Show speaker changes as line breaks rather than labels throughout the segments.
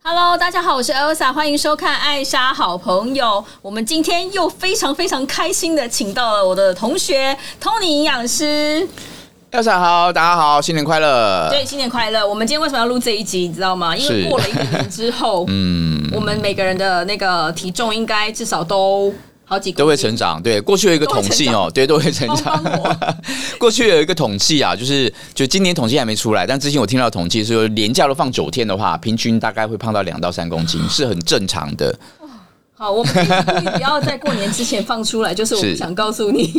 Hello，大家好，我是 Elsa，欢迎收看《艾莎好朋友》。我们今天又非常非常开心的请到了我的同学 Tony 营养师。
大家好，大家好，新年快乐！
对，新年快乐！我们今天为什么要录这一集，你知道吗？因为
是
过了一年之 后，嗯，我们每个人的那个体重应该至少都好几公斤
都会成长。对，过去有一个统计哦，对，都会成
帮帮
长。过去有一个统计啊，就是就今年统计还没出来，但之前我听到的统计是说，连假都放九天的话，平均大概会胖到两到三公斤，是很正常的。
好，我们故意不要在过年之前放出来，就是我们
是
想告诉 你，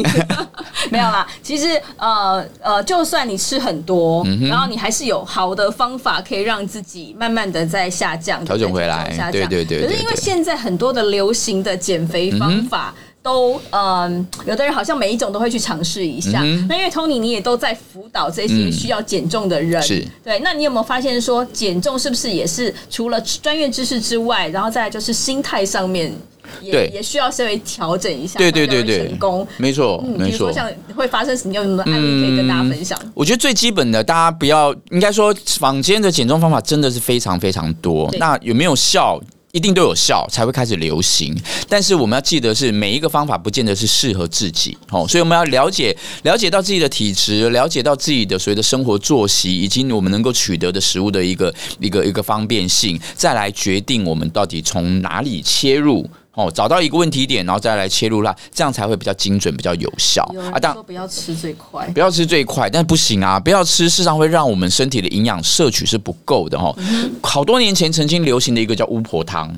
没有啦。其实呃呃，就算你吃很多，
嗯
然后你还是有好的方法可以让自己慢慢的在下降，
调整回来
在体重下降
对对对对
可是因为
对
现在很多的流行的减肥方法。都嗯，有的人好像每一种都会去尝试一下。那因为 Tony 你也都在辅导这些
嗯
需要减重的人，
是
对，那你有没有发现说减重是不是也是除了专业知识之外，然后再来就是心态上面也
对
也需要稍微调整一下，
对对
才
对
能
对
成功。，
没错，
嗯，
没
比如说
错。
像会发生什么样的案例可以跟大家分享？
我觉得最基本的，大家不要应该说坊间的减重方法真的是非常非常多
对。
那有没有效？一定都有效才会开始流行，但是我们要记得是每一个方法不见得是适合自己哦，所以我们要了解了解到自己的体质，了解到自己的所谓的生活作息，以及我们能够取得的食物的一个一个一个方便性，再来决定我们到底从哪里切入哦，找到一个问题点，然后再来切入啦，这样才会比较精准，比较有效
有
啊。
人
当
说不要吃最快，
不要吃最快，但不行啊！不要吃，事实上会让我们身体的营养摄取是不够的哦。好多年前曾经流行的一个叫巫婆汤，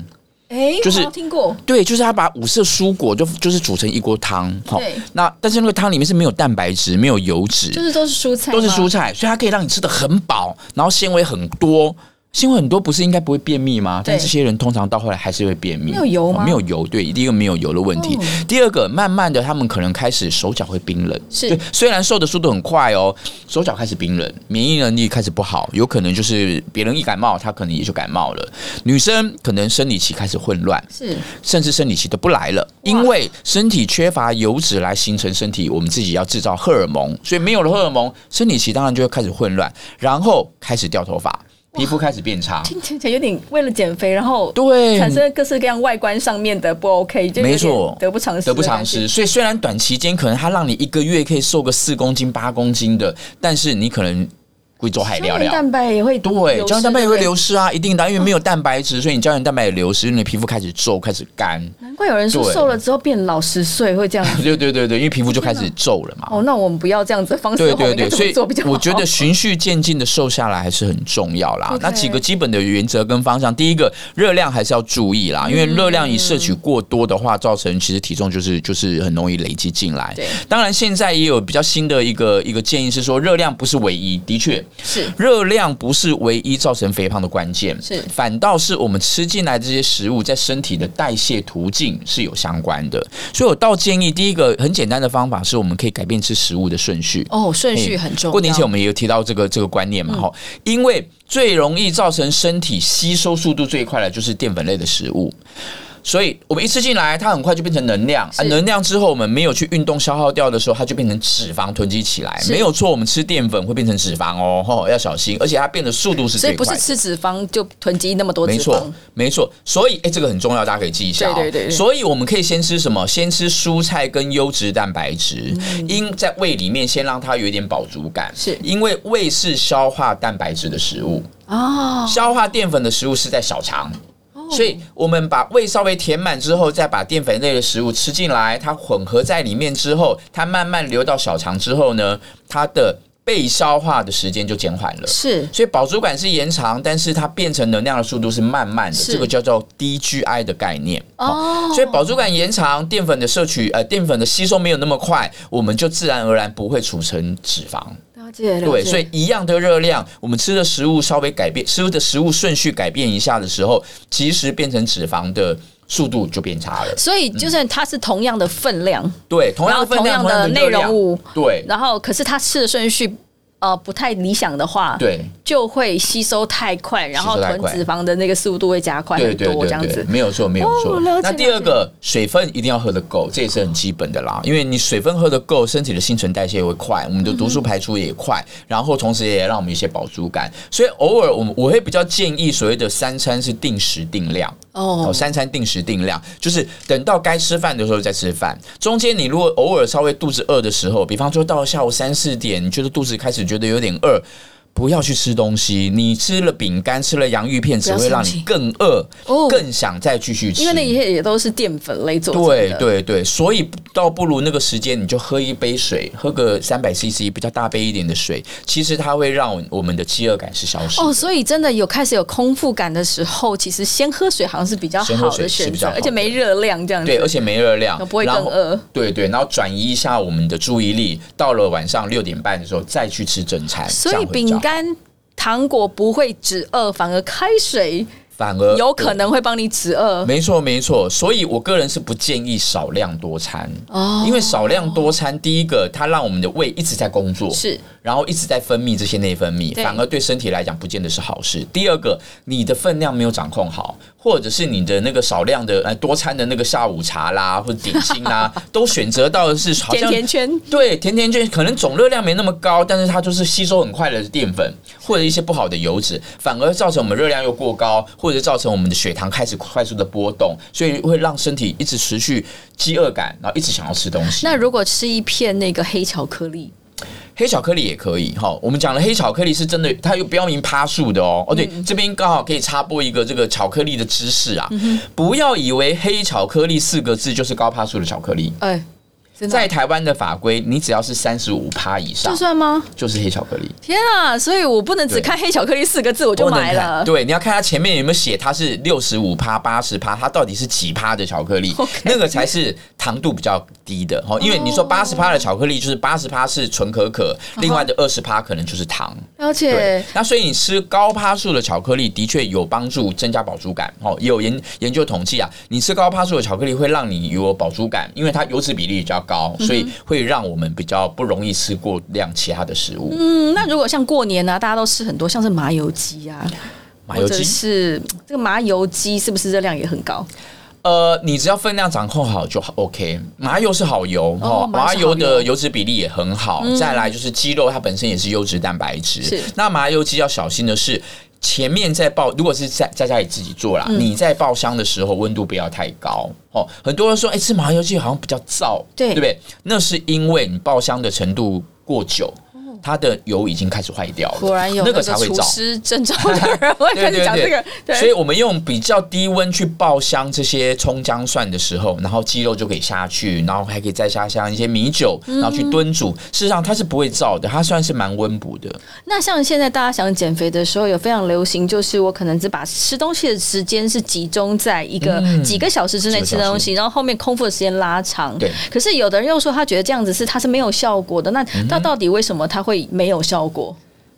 哎，
就是
我好像听过，
对，就是他把五色蔬果就就是煮成一锅汤，哈
对
那但是那个汤里面是没有蛋白质，没有油脂，
就是都是蔬菜，
都是蔬。菜，所以它可以让你吃的很饱，然后纤维很多。纤维很多不是应该不会便秘吗？
对
但这些人通常到后来还是会便秘。
没有油吗
哦没有油，对，第一个没有油的问题。
哦
第二个，慢慢的他们可能开始手脚会冰冷。
是
对，虽然瘦的速度很快哦，手脚开始冰冷，免疫能力开始不好，有可能就是别人一感冒，他可能也就感冒了。女生可能生理期开始混乱，
是
甚至生理期都不来了，因为身体缺乏油脂来形成身体，我们自己要制造荷尔蒙，所以没有了荷尔蒙，生理期当然就会开始混乱，然后开始掉头发，皮肤开始变差，
听起来有点为了减肥，然后
对，
产生各式各样外观上面的不 OK，就有点
嗯没错
得不偿失，
得不偿失。。所以虽然短期间可能它让你一个月可以瘦个四公斤、八公斤的，但是你可能贵州海
胶
聊
原
聊。
蛋白也会
对，胶原蛋白也会
流失对不对
流失啊，一定的啊，因为没有蛋白质，所以你胶原蛋白也流失，因为你皮肤开始皱，开始干。
难怪有人说
对
瘦了之后变老十岁会这样子。
对对对对，因为皮肤就开始皱了嘛。
哦，那我们不要这样子的方式，
对
我们
对
应该
对，
怎
所
么
以
做比较好？
我觉得循序渐进的瘦下来还是很重要啦。
OK
那几个基本的原则跟方向，第一个热量还是要注意啦，因
嗯
为热量一摄取过多的话，造成其实体重就是就是很容易累积进来。
对
当然现在也有比较新的一个一个建议是说，热量不是唯一，的确，
是
热量不是唯一造成肥胖的关键，
是
反倒是我们吃进来的这些食物在身体的代谢途径是有相关的。所以我倒建议，第一个很简单的方法是，我们可以改变吃食物的顺序。
哦，顺序
欸
很重要。嗯
过年前我们也有提到这个这个观念嘛，哈、因为最容易造成身体吸收速度最快的就是淀粉类的食物。所以我们一吃进来，它很快就变成能量
是
啊，能量之后我们没有去运动消耗掉的时候，它就变成脂肪囤积起来。
是
没有错，我们吃淀粉会变成脂肪哦，吼要小心，而且它变的速度是
所
最
以不
快
是
的。
吃脂肪就囤积那么多脂
没
肪
错，，没错。所以，哎，这个很重要，大家可以记一下、哦。
对对对对
所以我们可以先吃什么？先吃蔬菜跟优质蛋白质，因在胃里面先让它有一点饱足感。
嗯是
因为胃是消化蛋白质的食物，
哦，
消化淀粉的食物是在小肠。所以，我们把胃稍微填满之后，再把淀粉类的食物吃进来，它混合在里面之后，它慢慢流到小肠之后呢，它的被消化的时间就减缓了。
是
所以饱足感是延长，但是它变成能量的速度是慢慢的，
是
这个叫做 DGI 的概念。
哦，
所以饱足感延长，淀粉的摄取，呃，淀粉的吸收没有那么快，我们就自然而然不会储存脂肪。
了解了
对，
解。
所以一样的热量，我们吃的食物稍微改变，吃的食物顺序改变一下的时候，其实变成脂肪的速度就变差了。
所以就算它是同样的分量，
嗯对，同
然后
样的分
同
量，
样
同样
的
的
内
热量
容物，
对，
然后可是它吃的顺序呃不太理想的话，
对
就会吸收太快，然后
吸收太
囤
快
脂肪的那个速度会加快
对
很
对
多，
对
这样
对，
子。
没有错，没有错。
哦了解
那第二个，水分一定要喝得够，这也是很基本的啦。因为你水分喝得够，身体的新陈代谢也会快，我们的毒素排出也快，然后同时也让我们有一些饱足感。所以偶尔我们我会比较建议所谓的三餐是定时定量。哦，
哦，
三餐定时定量，就是等到该吃饭的时候再吃饭。中间你如果偶尔稍微肚子饿的时候，比方说到下午三四点，你觉得肚子开始觉得有点饿。不要去吃东西，你吃了饼干，吃了洋芋片，只
不要
会让
生
你
气
更饿，
哦
更想再继续吃。
因为那些也都是淀粉类做成
对
的。
对对，所以倒不如那个时间，你就喝一杯水，喝个三百 CC 比较大杯一点的水，其实它会让我们的饥饿感是消失的。
哦，所以真的有开始有空腹感的时候，其实先喝水好像是比较
先喝
好
水
的
是
选
比
择，
较好的
而且没热量这样子。
对，而且没热量，
哦不会
然后
更饿
对对，然后转移一下我们的注意力，到了晚上六点半的时候再去吃正餐，
所
这
以
样会比较
饼干、糖果不会止饿，反而开水
反而
有可。能会帮你止饿
对。没错，没错，所以我个人是不建议少量多餐，
哦
因为少量多餐，第一个它让我们的胃一直在工作，
是
然后一直在分泌这些内分泌，
对
反而对身体来讲不见得是好事。第二个，你的分量没有掌控好，或者是你的那个少量的呃多餐的那个下午茶啦，或者点 心啦，都选择到的是好
甜
像
甜圈。
对，甜甜圈可能总热量没那么高，但是它就是吸收很快的淀粉或者一些不好的油脂，反而造成我们热量又过高，或者造成我们的血糖开始快速的波动，所以会让身体一直持续饥饿感，然后一直想要吃东西。
那如果吃一片那个黑巧克力，
黑巧克力也可以哈，我们讲的黑巧克力是真的，它有标明趴数的哦。哦，对，
嗯
这边刚好可以插播一个这个巧克力的知识啊，不要以为黑巧克力四个字就是高趴数的巧克力。
哎、真的啊
在台湾的法规，你只要是三十五趴以上
就，算吗？
就是黑巧克力。
天啊！所以我不能只
对
看黑巧克力四个字我就
不能
买
看
了。
对，你要看它前面有没有写它是六十五趴、八十趴，它到底是几趴的巧克力
OK
那个才是糖度比较低的哦。因为你说八十趴的巧克力就是八十趴是纯可
嗯
可，另外的二十趴可能就是糖。
而
对
且，
那所以你吃高趴数的巧克力的确有帮助增加饱足感哦。也有研研究统计啊，你吃高趴数的巧克力会让你有饱足感，因为它油脂比例比较高，所
嗯
以会让我们比较不容易吃过量其他的食物。
嗯，那如果像过年啊，大家都吃很多，像是麻油鸡啊，
麻油
或者
鸡
是这个麻油鸡是不是热量也很高？
呃，你只要分量掌控好就好 OK。麻油是好油
哦
哦，
麻
麻
是好油嗯
油的油脂比例也很好。再来就是鸡肉，它本身也是优质蛋白质。
是
那麻油鸡要小心的是。前面在爆，如果是在在家里自己做
嗯
啦，你在爆香的时候温度不要太高哦。很多人说，哎、吃麻油鸡好像比较燥，
对
对不对？那是因为你爆香的程度过久，它的油已经开始坏掉了，
哦果然有
那
个
才会
厨
燥。
师证照的人会跟你讲 这个，
所以
对，
我们用比较低温去爆香这些葱姜蒜的时候，然后鸡肉就可以下去，然后还可以再下香一些米酒，然后去炖煮。
嗯
事实上它是不会燥的，它算是蛮温补的。
那像现在大家想减肥的时候，有非常流行，就是我可能只把吃东西的时间是集中在一个
嗯
几个小时之内吃东西，然后后面空腹的时间拉长。
对嗯
可是有的人又说他觉得这样子是他是没有效果的，那那到底为什么他会没有效果？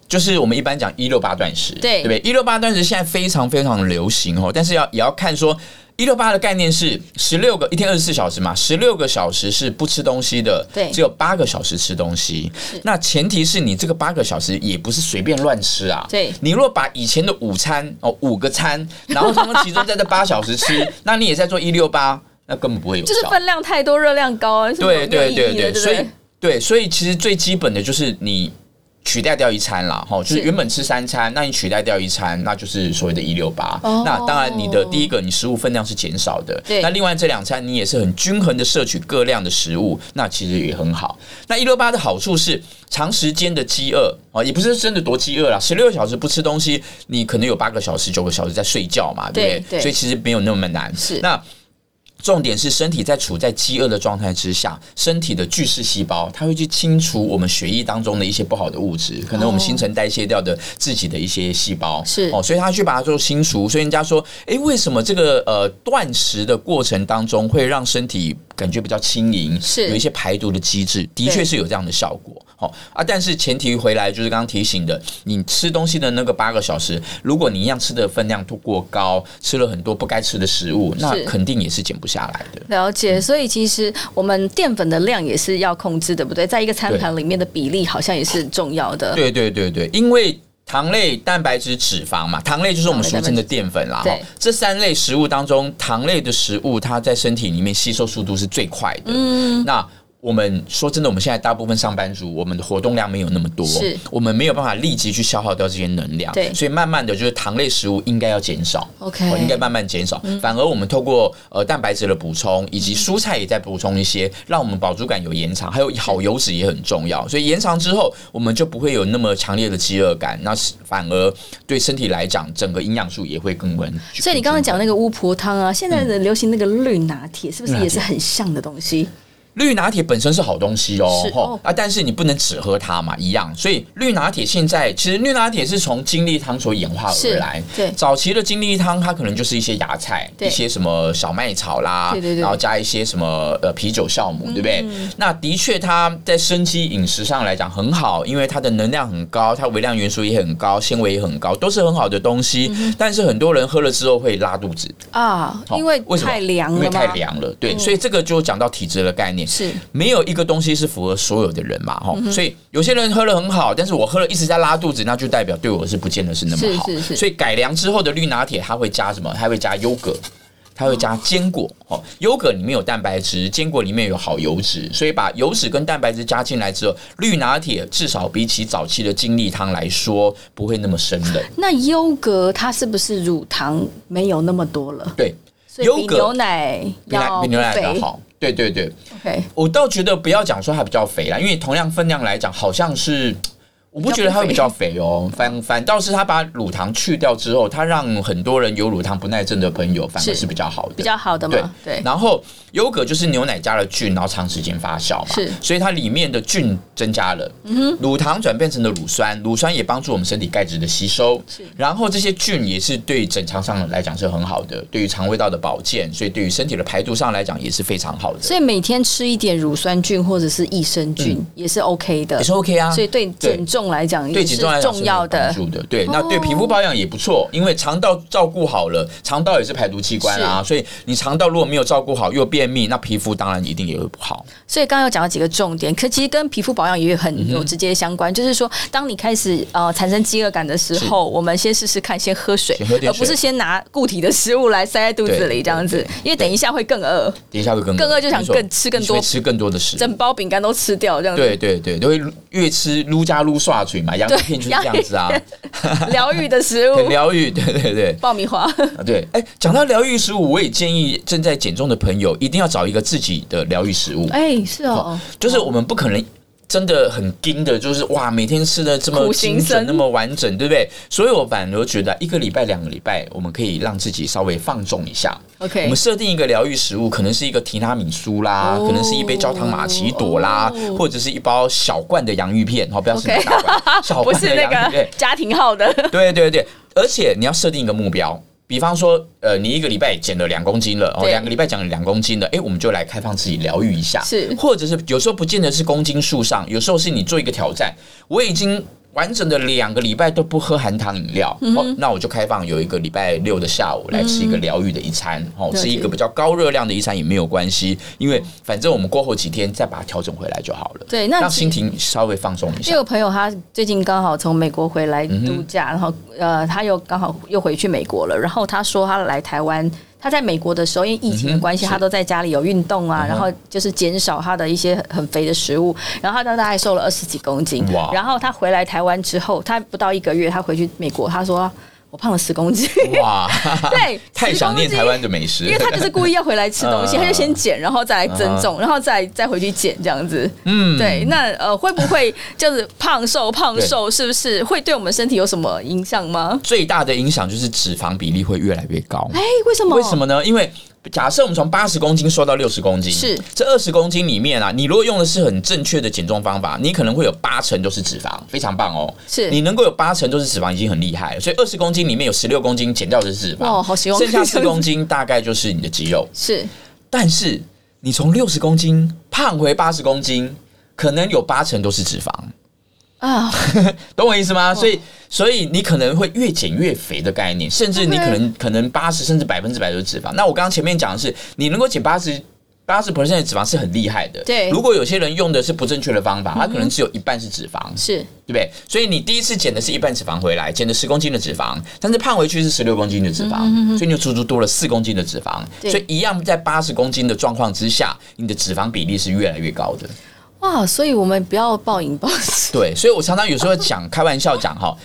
就是我们一般讲一六八断食，
对
对不对？一六八断食现在非常非常流行哦，但是要也要看说一六八的概念是十六个一天二十四小时嘛，十六个小时是不吃东西的，
对
只有八个小时吃东西。那前提是你这个八个小时也不是随便乱吃啊，
对
你若把以前的午餐哦五个餐，然后他们集中在这八小 时吃，那你也在做一六八，那根本不会有效。
就是分量太多，热量高啊，是没有
对对
意义的
对
对
对，
不
所以
对？
对，所以其实最基本的就是你取代掉一餐啦，哈，就是是原本吃三餐，那你取代掉一餐，那就是所谓的一六八
哦。
那当然，你的第一个你食物分量是减少的
对，
那另外这两餐你也是很均衡的摄取各量的食物，那其实也很好。那一六八的好处是长时间的饥饿啊，也不是真的多饥饿啦，十六个小时不吃东西，你可能有八个小时、九个小时在睡觉嘛，对不
对对
对？所以其实没有那么难。
是
那重点是身体在处在饥饿的状态之下，身体的巨噬细胞它会去清除我们血液当中的一些不好的物质，可能我们新陈代谢掉的自己的一些细胞
是
哦，所以它去把它做清除。所以人家说，诶，为什么这个呃断食的过程当中会让身体感觉比较轻盈，
是
有一些排毒的机制，的
对
确是有这样的效果好啊，但是前提回来就是刚刚提醒的，你吃东西的那个八个小时，如果你一样吃的分量都过高，吃了很多不该吃的食物，那
是
肯定也是减不下来的。
了解，所以其实我们淀粉的量也是要控制，对不对？在一个餐盘里面的比例好像也是重要的。
对对对对，因为糖类、蛋白质、脂肪嘛，糖类就是我们俗称的淀粉啦。
对
哈这三类食物当中，糖类的食物它在身体里面吸收速度是最快的。嗯，那。我们说真的，我们现在大部分上班族，我们的活动量没有那么多
是，
我们没有办法立即去消耗掉这些能量，
对
所以慢慢的就是糖类食物应该要减少
OK
哦应该慢慢减少。
嗯
反而我们透过呃蛋白质的补充，以及蔬菜也在补充一些，让我们饱足感有延长，还有好油脂也很重要。所以延长之后，我们就不会有那么强烈的饥饿感，那是反而对身体来讲，整个营养素也会更稳。
所以你刚刚讲那个巫婆汤啊，现在的流行那个绿拿铁，是不是也是很像的东西？
绿拿铁本身是好东西哦
是，
吼
哦
啊，但是你不能只喝它嘛，一样。所以绿拿铁现在其实绿拿铁是从精力汤所演化而来。
是对
早期的精力汤它可能就是一些芽菜，
对
一些什么小麦草啦，
对对对嗯
然后加一些什么呃啤酒酵母，对不对？那的确它在生机饮食上来讲很好，因为它的能量很高，它微量元素也很高，纤维也很高，都是很好的东
嗯
西。但是很多人喝了之后会拉肚子，
啊，
吼
因为
为什么
太凉
因为
了
太
吗？
凉了，对，所以这个就讲到体质的概念。
是嗯
没有一个东西是符合所有的人嘛，哈、所以有些人喝了很好，但是我喝了一直在拉肚子，那就代表对我是不见得是那么好。
是是是
所以改良之后的绿拿铁，它会加什么？它会加优格。它会加坚果哦，优格里面有蛋白质，坚果里面有好油脂，所以把油脂跟蛋白质加进来之后，绿拿铁至少比起早期的精力汤来说，不会那么生冷。
那优格它是不是乳糖没有那么多了？
对，
所以比
优格
牛奶
比奶
要
比牛奶
肥
来的好。对对对，
OK，
我倒觉得不要讲说它比较肥啦，因为同样分量来讲，好像是我不觉得它会比较肥哦，反反倒是它把乳糖去掉之后，它让很多人有乳糖不耐症的朋友反而
是
是比较好的，
比较好的
对
嘛，对。
然后优格就是牛奶加了菌，然后长时间发酵嘛，
是嗯
所以它里面的菌增加了，乳糖转变成了乳酸，乳酸也帮助我们身体钙质的吸收，
是
然后这些菌也是对整肠上来讲是很好的，对于肠胃道的保健，所以对于身体的排毒上来讲也是非常好的，
所以每天吃一点乳酸菌或者是益生菌也是 OK 的
嗯也，是 OK 啊，
所以对减重来讲
对
也
体
是
重来讲
重
是有
要
帮
的。哦
助的。对，那对皮肤保养也不错，因为肠道照顾好了，肠道也是排毒器官啊，所以你肠道如果没有照顾好，又便秘，那皮肤当然一定也会不好。
所以刚刚有讲到几个重点，可其实跟皮肤保养也有
嗯
很有直接相关。就是说，当你开始呃产生饥饿感的时候，我们先试试看，先喝水
先喝，点
而不是
水
先拿固体的食物来塞在肚子
对
里这样子
对对，
因为等一下会更饿，
等一下会更
更饿就想
没错
更吃更多
你会吃更多的食物。
整包饼干都吃掉这样子。
对对对，都会越吃撸加撸刷嘴嘛，洋芋片就是这样子啊，
疗愈的 食
很
物，
疗愈。对对对，
爆米花。
啊对。哎，讲到疗愈食物，我也建议正在减重的朋友一定要找一个自己的疗愈食物。
哎，是哦，
就是我们不可能真的很盯的，就是哇，每天吃的这么
苦行
精准、
僧
那么完整，对不对？所以我反而觉得一个礼拜、两个礼拜，我们可以让自己稍微放纵一下。
OK
我们设定一个疗愈食物，可能是一个提拉米苏啦，
哦
可能是一杯焦糖玛奇朵啦，
哦
或者是一包小罐的洋芋片，好，不要是那个大罐小
不
罐
是
的
那
洋芋
个
片，
家庭号的。
对对对，而且你要设定一个目标。比方说，呃，你一个礼拜减了两公斤了，哦，
对
两个礼拜减了两公斤了，哎，我们就来开放自己疗愈一下，
是
或者是有时候不见得是公斤数上，有时候是你做一个挑战，我已经完整的两个礼拜都不喝含糖饮料，
嗯
哦，那我就开放有一个礼拜六的下午来吃一个疗愈的一餐，
嗯
哦，
了解
吃一个比较高热量的一餐也没有关系，因为反正我们过后几天再把它调整回来就好了，
对那
让
其
心情稍微放松一
因为
下，
我朋友他最近刚好从美国回来度假，
嗯
然后呃，他又刚好又回去美国了。然后他说他来台湾，他在美国的时候，因为疫情的关系，
是
他都在家里有运动
嗯
啊，然后就是减少他的一些很很肥的食物。然后他大概瘦了二十几公斤
哇。
然后他回来台湾之后，他不到一个月，他回去美国，他说我胖了十公斤。
哇，
对，
太想念
10公斤
台湾的美食，
因为他就是故意要回来吃东西，
嗯
他就先减，然后再来增
啊
重，然后再再回去减这样子。嗯，对。那呃，会不会就是胖瘦胖瘦，是不是会对我们身体有什么影响吗？
最大的影响就是脂肪比例会越来越高。
哎，为什么？
为什？么呢？因为假设我们从八十公斤瘦到六十公斤，
是
这二十公斤里面啊，你如果用的是很正确的减重方法，你可能会有八成都是脂肪，非常棒哦。
是
你能够有八成都是脂肪，已经很厉害了。所以二十公斤里面有十六公斤减掉的是脂肪，
哦哇好形容
剩下四公斤大概就是你的肌肉。
是
但是你从六十公斤胖回八十公斤，可能有八成都是脂肪，
啊，
懂我意思
嗯
吗？所以，所以你可能会越减越肥的概念，甚至
嗯
你可能可能八十甚至百分之百都是脂肪。那我刚刚前面讲的是，你能够减八十。八十 percent 的脂肪是很厉害的，
对嗯
如果有些人用的是不正确的方法，他可能只有一半是脂肪，
是
对不对？所以你第一次减的是一半脂肪回来，减了十公斤的脂肪，但是胖回去是十六公斤的脂
嗯
肪，所以你就足足多了四公斤的脂肪。
对
所以一样在八十公斤的状况之下，你的脂肪比例是越来越高的。
哇，所以我们不要暴饮暴食。
对，所以我常常有时候讲开玩笑讲 哈，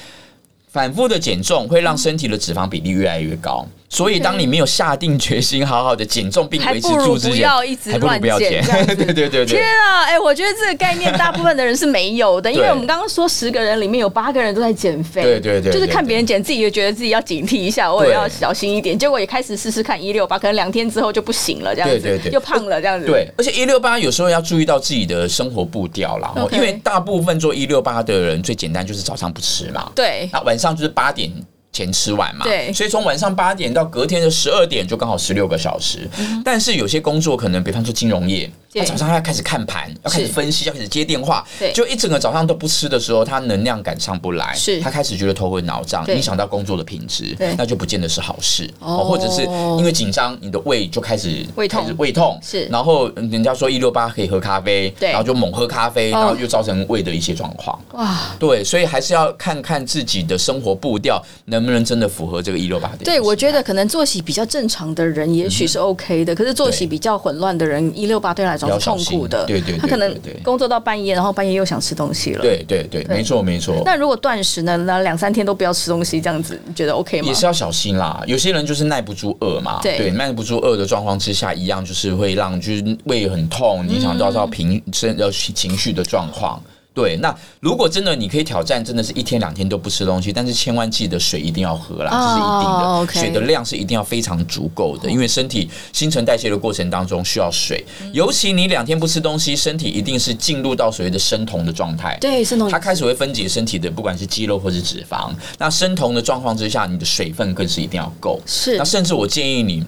反复的减重会让身体的脂肪比例越来越高。所以，当你没有下定决心好好的减重并维持
还不
住
如
之
不
前，
要一直
还不如不要
乱
减
减这样。子
对对对
天
对，
啊，哎、我觉得这个概念大部分的人是没有 的，因为我们刚刚说十个人里面有八个人都在减肥，
对对对对
就是看别人减，自己也觉得自己要警惕一下，我也要小心一点。结果也开始试试看一六八，可能两天之后就不行了，这样子，
对对对
又胖了这样子，
对，而且一六八有时候要注意到自己的生活步调啦，哦
OK
因为大部分做一六八的人最简单就是早上不吃嘛，
对
那晚上就是八点。前吃完嘛，
对
所以从晚上八点到隔天的十二点就刚好十六个小时。但是有些工作可能，比方说金融业，
嗯对
他早上要开始看盘，要开始分析，要开始接电话
对，
就一整个早上都不吃的时候，他能量感上不来，
是
他开始觉得头昏脑胀，
对
影响到工作的品质
对，
那就不见得是好事。
哦
或者是因为紧张，你的胃就开始
胃痛
开始胃痛
是
然后嗯人家说一六八可以喝咖啡，
对
然后就猛喝咖啡，
哦
然后又造成胃的一些状况。
哇。
对，所以还是要看看自己的生活步调能不能真的符合这个一六八点。
对，我觉得可能作息比较正常的人，也
嗯
许是 OK 的。可是作息比较混乱的人，一六八对他来
比
说
较
是
小
痛
心
苦的。
对对对
他可能
对对
工作到半夜，然后半夜又想吃东西了。。
对对对，没错没错。
那如果断食呢？那两三天都不要吃东西，这样子你觉得 OK 吗
也？是要小心啦，有些人就是耐不住饿嘛，
对
耐不住饿的状况之下，一样就是会让就是胃很痛，影响到到平身呃情绪的状况。对，那如果真的你可以挑战，真的是一天两天都不吃东西，但是千万记得水一定要喝啦，
哦
这是一定的。
OK 哦
水的量是一定要非常足够的，因为身体新陈代谢的过程当中需要水，
嗯
尤其你两天不吃东西，身体一定是进入到所谓的生酮的状态。
对，生酮
它开始会分解身体的，不管是肌肉或是脂肪。那生酮的状况之下，你的水分更是一定要够。
是
那甚至我建议你，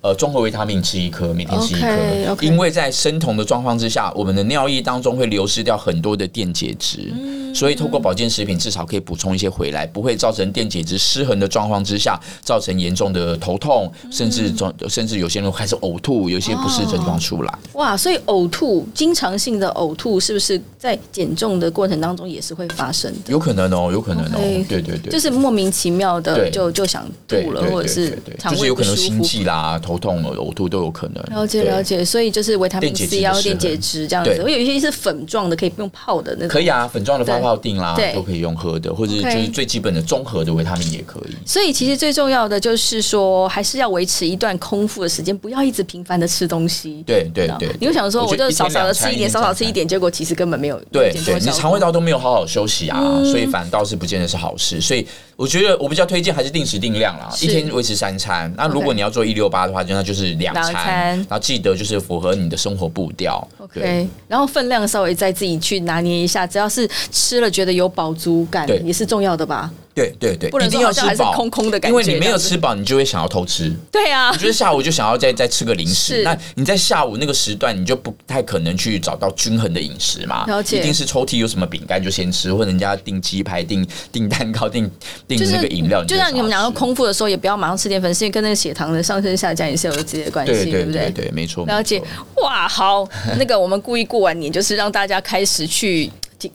呃，综合维他命吃一颗，每天吃一颗
OK，OK
因为在生酮的状况之下，我们的尿液当中会流失掉很多的电解质，
嗯
所以透过保健食品至少可以补充一些回来，不会造成电解质失衡的状况之下，造成严重的头痛，甚
嗯
至总甚至有些人开始呕吐，有一些不适症状出来。
哇，所以呕吐经常性的呕吐是不是在减重的过程当中也是会发生的？
有可能哦，有可能哦
OK
对对对，
就是莫名其妙的
对
就就想
对
吐了，
对
或者
对
是
对对
肠
就是
胃
有
不
可能
舒
心
服。
悸啦、头痛、呕吐都有可能。
了解
对
了，解，所以就是维他命
电解质
C
的
要
失
电解
衡
质这样子。
对
我有一些是粉状的，可以不用泡的那种。
可以啊，粉状的
对
发泡定啦
对，
都可以用喝的，或者
OK
就是最基本的综合的维他命也可以。
所以其实最重要的就是说，还是要维持一段空腹的时间，不要一直频繁的吃东西。
对对
知道吗
对，对
你会想说，我
觉得
就少
天
少的
两
吃
餐
一点，少少吃一
餐
点，结果其实根本没有
对
减重
对，
的
你
效
肠
果
胃道都没有好好休
嗯
息啊，所以反倒是不见得是好事。所以我觉得我比较推荐还是定时定量啦，
是
一天维持三餐。那
OK
如果你要做一六八的话，就那就是两
两餐
餐，然后记得就是符合你的生活步调。对
OK，然后分量稍微再自己去拿捏一下，只要是吃了觉得有饱足感
对，
也是重要的吧？
对对对
不，能
一定
说
要
好像
吃
还是
饱，
空空的感
因为
觉
你没
这
有
样子
吃饱，你就会想要偷吃。
对啊
我，觉得下午就想要再再吃个零
是
食，那你在下午那个时段，你就不太可能去找到均衡的饮食嘛。
了解
一定是抽屉有什么饼干就先吃，或者人家订鸡排、订订蛋糕、订订
就是
那个饮料，
就像你们讲
两
到
个
空腹的时候，也不要马上吃淀粉，是因为跟那个血糖的上升下降也是有直接关系，
对对
不
对对，没错，
了解
没错
哇，好，那个我们故意过完年，就是让大家开始去。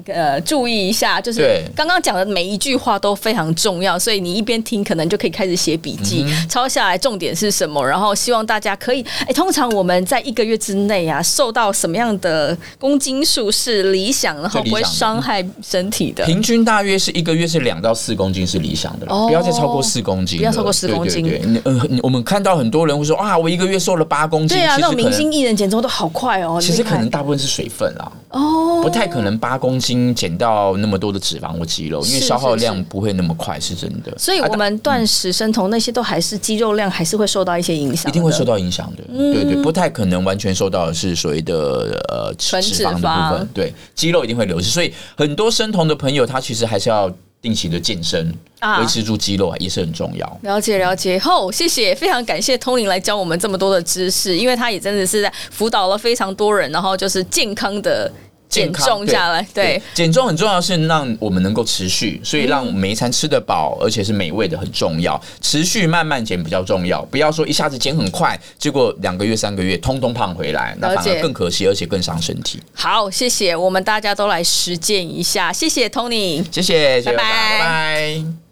呃，注意一下，就是
对
刚刚讲的每一句话都非常重要，所以你一边听，可能就可以开始写笔记，
嗯
抄下来重点是什么。然后希望大家可以，哎，通常我们在一个月之内啊，瘦到什么样的公斤数是理想，然后
最理
不会
想的
伤害身体的。
平均大约是一个月是两到四公斤是理想的了，
哦
不要再超过四公斤了，
不要超过4公斤
对对对，你呃你我们看到很多人会说啊，我一个月瘦了八公斤，
对啊，
其
那种
实可
明
能
星艺人减重都好快哦，
其
厉
实
害
可能大部分是水分啦。
哦，
不太可能八公斤减到那么多的脂肪或肌肉，因为
是
消耗
是是
量不会那么快，是真的。
所以
啊
我们断食、生酮那些都还是肌肉量还是会受到一些影响的，
一定会受到影响的，
嗯
对对，不太可能完全受到的是所谓的呃脂
纯脂
脂肪的部
肪
分，对，肌肉一定会流失，所以很多生酮的朋友他其实还是要定期的健身，
啊
维持住肌肉也是很重要。
了解了解，后谢谢，非常感谢通灵来教我们这么多的知识，因为他也真的是在辅导了非常多人，然后就是健康的减
健康
重
对
下来对，
减重很重要，是让我们能够持续，所以让每一餐吃得饱，而且是美味的很重要。持续慢慢减比较重要，不要说一下子减很快，结果两个月、三个月通通胖回来，那
了
反
解
而更可惜，而且更伤身体。
好，谢谢，我们大家都来实践一下，谢谢 Tony。
谢谢，谢谢
拜拜
拜拜